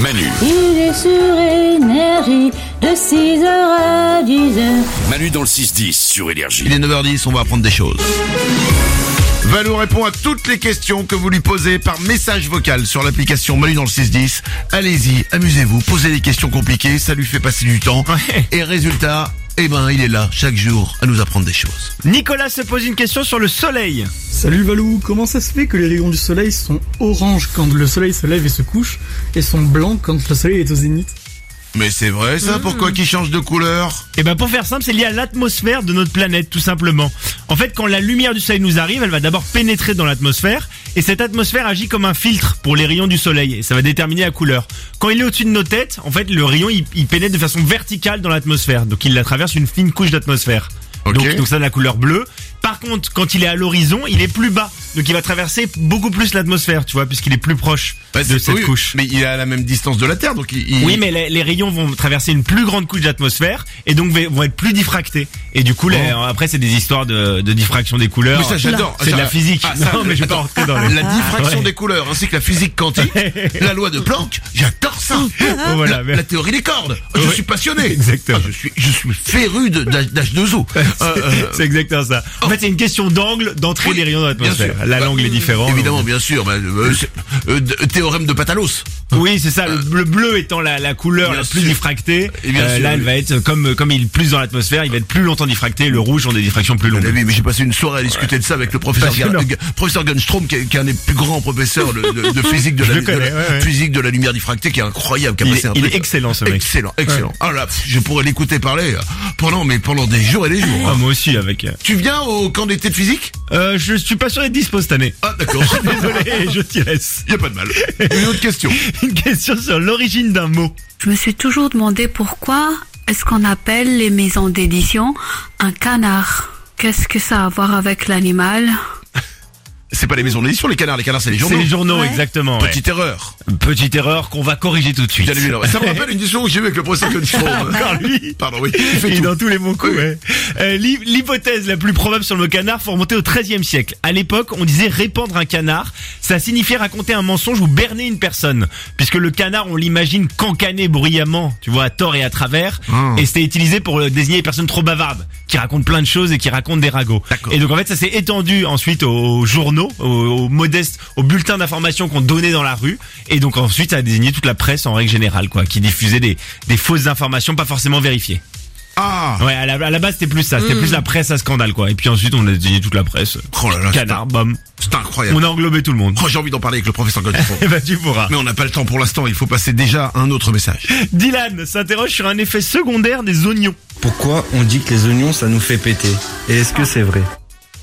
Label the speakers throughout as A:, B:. A: Manu.
B: Il est sur énergie de 6h à 10h.
A: Manu dans le 6-10 sur Énergie.
C: Il est 9h10, on va apprendre des choses. Valou répond à toutes les questions que vous lui posez par message vocal sur l'application Manu dans le 610. Allez-y, amusez-vous, posez des questions compliquées, ça lui fait passer du temps. Et résultat, eh ben, il est là chaque jour à nous apprendre des choses.
D: Nicolas se pose une question sur le soleil.
E: Salut Valou, comment ça se fait que les rayons du soleil sont oranges quand le soleil se lève et se couche et sont blancs quand le soleil est au zénith
C: Mais c'est vrai ça,
D: Mmh.
C: pourquoi qu'il change de couleur
D: Et ben pour faire simple, c'est lié à l'atmosphère de notre planète tout simplement. En fait, quand la lumière du soleil nous arrive, elle va d'abord pénétrer dans l'atmosphère et cette atmosphère agit comme un filtre pour les rayons du soleil et ça va déterminer la couleur. Quand il est au-dessus de nos têtes, en fait, le rayon il, il pénètre de façon verticale dans l'atmosphère, donc il la traverse une fine couche d'atmosphère.
C: Ok.
D: Donc, donc ça donne la couleur bleue. Par contre, quand il est à l'horizon, il est plus bas, donc il va traverser beaucoup plus l'atmosphère, tu vois, puisqu'il est plus proche
C: Bah, c'est-
D: de cette
C: oui,
D: couche.
C: Mais il est à la même distance de la Terre, donc il... il-
D: Oui, mais les, les rayons vont traverser une plus grande couche d'atmosphère et donc va- vont être plus diffractés. Et du coup, les- euh, après, c'est des histoires de, de diffraction des couleurs.
C: Mais ça, j'adore.
D: C'est de la
C: Ça-
D: physique.
C: Ah, ça,
D: non, mais je vais pas
C: attends.
D: rentrer dans les...
C: La diffraction
D: Ouais.
C: des couleurs ainsi que la physique quantique, la loi de Planck, j'adore ça.
D: Bon, Oh, voilà,
C: la,
D: mais-
C: la théorie des cordes, je
D: Ouais.
C: suis passionné.
D: Exactement.
C: Ah, je suis, je suis féru de- d'H2O.
D: C'est
C: Euh, euh,
D: c'est exactement ça. En fait, c'est une question d'angle d'entrée
C: Oui,
D: des rayons dans l'atmosphère.
C: bien sûr.
D: La
C: Bah,
D: langue est différente.
C: Évidemment, bien sûr. bah, euh, c'est- euh, d- théorème de Patalos.
D: Oui, c'est ça. Le, le bleu étant la, la couleur
C: Bien
D: la plus
C: sûr.
D: diffractée. euh,
C: Et bien sûr,
D: là, elle
C: oui.
D: va être comme comme il est plus dans l'atmosphère, il va être plus longtemps diffracté. Le rouge ont des diffractions plus longues.
C: Mais Ah oui, mais j'ai passé une soirée à discuter de ça avec le professeur,
D: Passionnant.
C: Gar- Ga- professeur Gunstrom, qui est, qui est un des plus grands professeurs de, de- de physique de
D: Je
C: la,
D: le
C: de
D: connais,
C: la-
D: ouais, ouais.
C: physique de la lumière diffractée, qui est incroyable. qui a
D: Il
C: passé
D: est-
C: un
D: il
C: truc-
D: est excellent, ce mec.
C: Excellent, excellent. Ah là, pff, je pourrais l'écouter parler euh, pendant, mais pendant des jours et des jours.
D: Ah, moi aussi avec. euh,
C: Tu viens au camp d'été de physique
D: Euh, je suis pas sûr d'être dispo cette année.
C: Ah d'accord,
D: Désolé, je t'y laisse.
C: y a pas de mal. Une autre question.
D: Une question sur l'origine d'un mot.
F: Je me suis toujours demandé pourquoi est-ce qu'on appelle les maisons d'édition un canard. Qu'est-ce que ça a à voir avec l'animal
C: C'est pas les maisons d'édition, les canards, les canards c'est les
D: C'est
C: journaux.
D: les journaux, exactement. ouais.
C: Petite erreur.
D: Petite erreur qu'on va corriger tout de suite.
C: Bien évidemment. Ça me rappelle une discussion que j'ai eue avec le professeur Gunstrom.
D: Encore Ah, lui.
C: Pardon, oui. Il fait
D: Et
C: tout.
D: dans tous les bons coups, ouais. Euh, l'hy- L'hypothèse la plus probable sur le mot canard faut remonter au XIIIe siècle. À l'époque, on disait répandre un canard. Ça signifiait raconter un mensonge ou berner une personne. Puisque le canard, on l'imagine cancané bruyamment, tu vois, à tort et à travers.
C: Ah.
D: Et c'était utilisé pour euh, désigner les personnes trop bavardes, qui racontent plein de choses et qui racontent des ragots.
C: D'accord.
D: Et donc en fait, ça s'est étendu ensuite aux journaux, aux, aux modestes, aux bulletins d'information qu'on donnait dans la rue. Et donc ensuite, ça a désigné toute la presse en règle générale, quoi, qui diffusait des, des fausses informations pas forcément vérifiées.
C: Ah
D: Ouais, à la, à la base, c'était plus ça. C'était plus la presse à scandale, quoi. Et puis ensuite, on a désigné toute la presse.
C: Oh là là,
D: Canard, bam.
C: C'est incroyable.
D: On a englobé tout le monde.
C: Oh, j'ai envie d'en parler avec le professeur Godefroy.
D: Eh ben, tu pourras.
C: Mais on n'a pas le temps pour l'instant, il faut passer déjà à un autre message.
D: Dylan s'interroge sur un effet secondaire des oignons.
G: Pourquoi on dit que les oignons ça nous fait péter Et est-ce que c'est vrai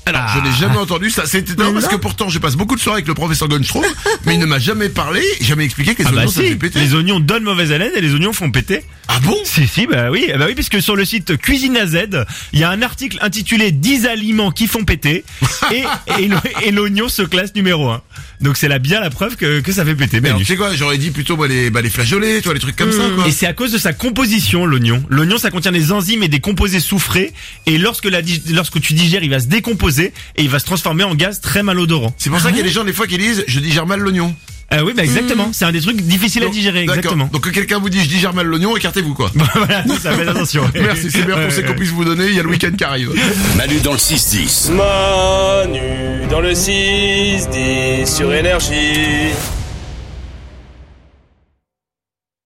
C: Alors,
D: Ah.
C: je n'ai jamais entendu ça, c'est étonnant parce que pourtant je passe beaucoup de soirées avec le professeur Gunstrom, mais il ne m'a jamais parlé, jamais expliqué que les
D: Ah bah
C: oignons ça
D: si,
C: fait péter.
D: les oignons donnent mauvaise haleine et les oignons font péter.
C: Ah bon
D: Si, si, bah oui, eh bah oui, puisque sur le site Cuisine à Z, il y a un article intitulé 10 aliments qui font péter et, et l'o- et l'oignon se classe numéro 1. Donc c'est là bien la preuve que, que ça fait péter.
C: Merde,
D: Manu.
C: tu sais quoi, j'aurais dit plutôt bah, les, bah, les flageolets, tu vois, les trucs comme ça quoi.
D: Et c'est à cause de sa composition, l'oignon. L'oignon, ça contient des enzymes et des composés soufrés. Et lorsque, la, dig- lorsque tu digères, il va se décomposer et il va se transformer en gaz très malodorant.
C: C'est pour ça qu'il y a des gens des fois qui disent je digère mal l'oignon.
D: Euh, oui, bah exactement. C'est un des trucs difficiles à
C: Donc,
D: digérer,
C: d'accord.
D: exactement.
C: Donc que quelqu'un vous dit je digère mal l'oignon, écartez-vous quoi.
D: voilà, c'est ça, faites attention.
C: Merci, c'est le meilleur conseil qu'on puisse vous donner, il y a le week-end qui arrive.
A: Manu dans le 6-10.
H: Manu dans le 6-10 sur énergie.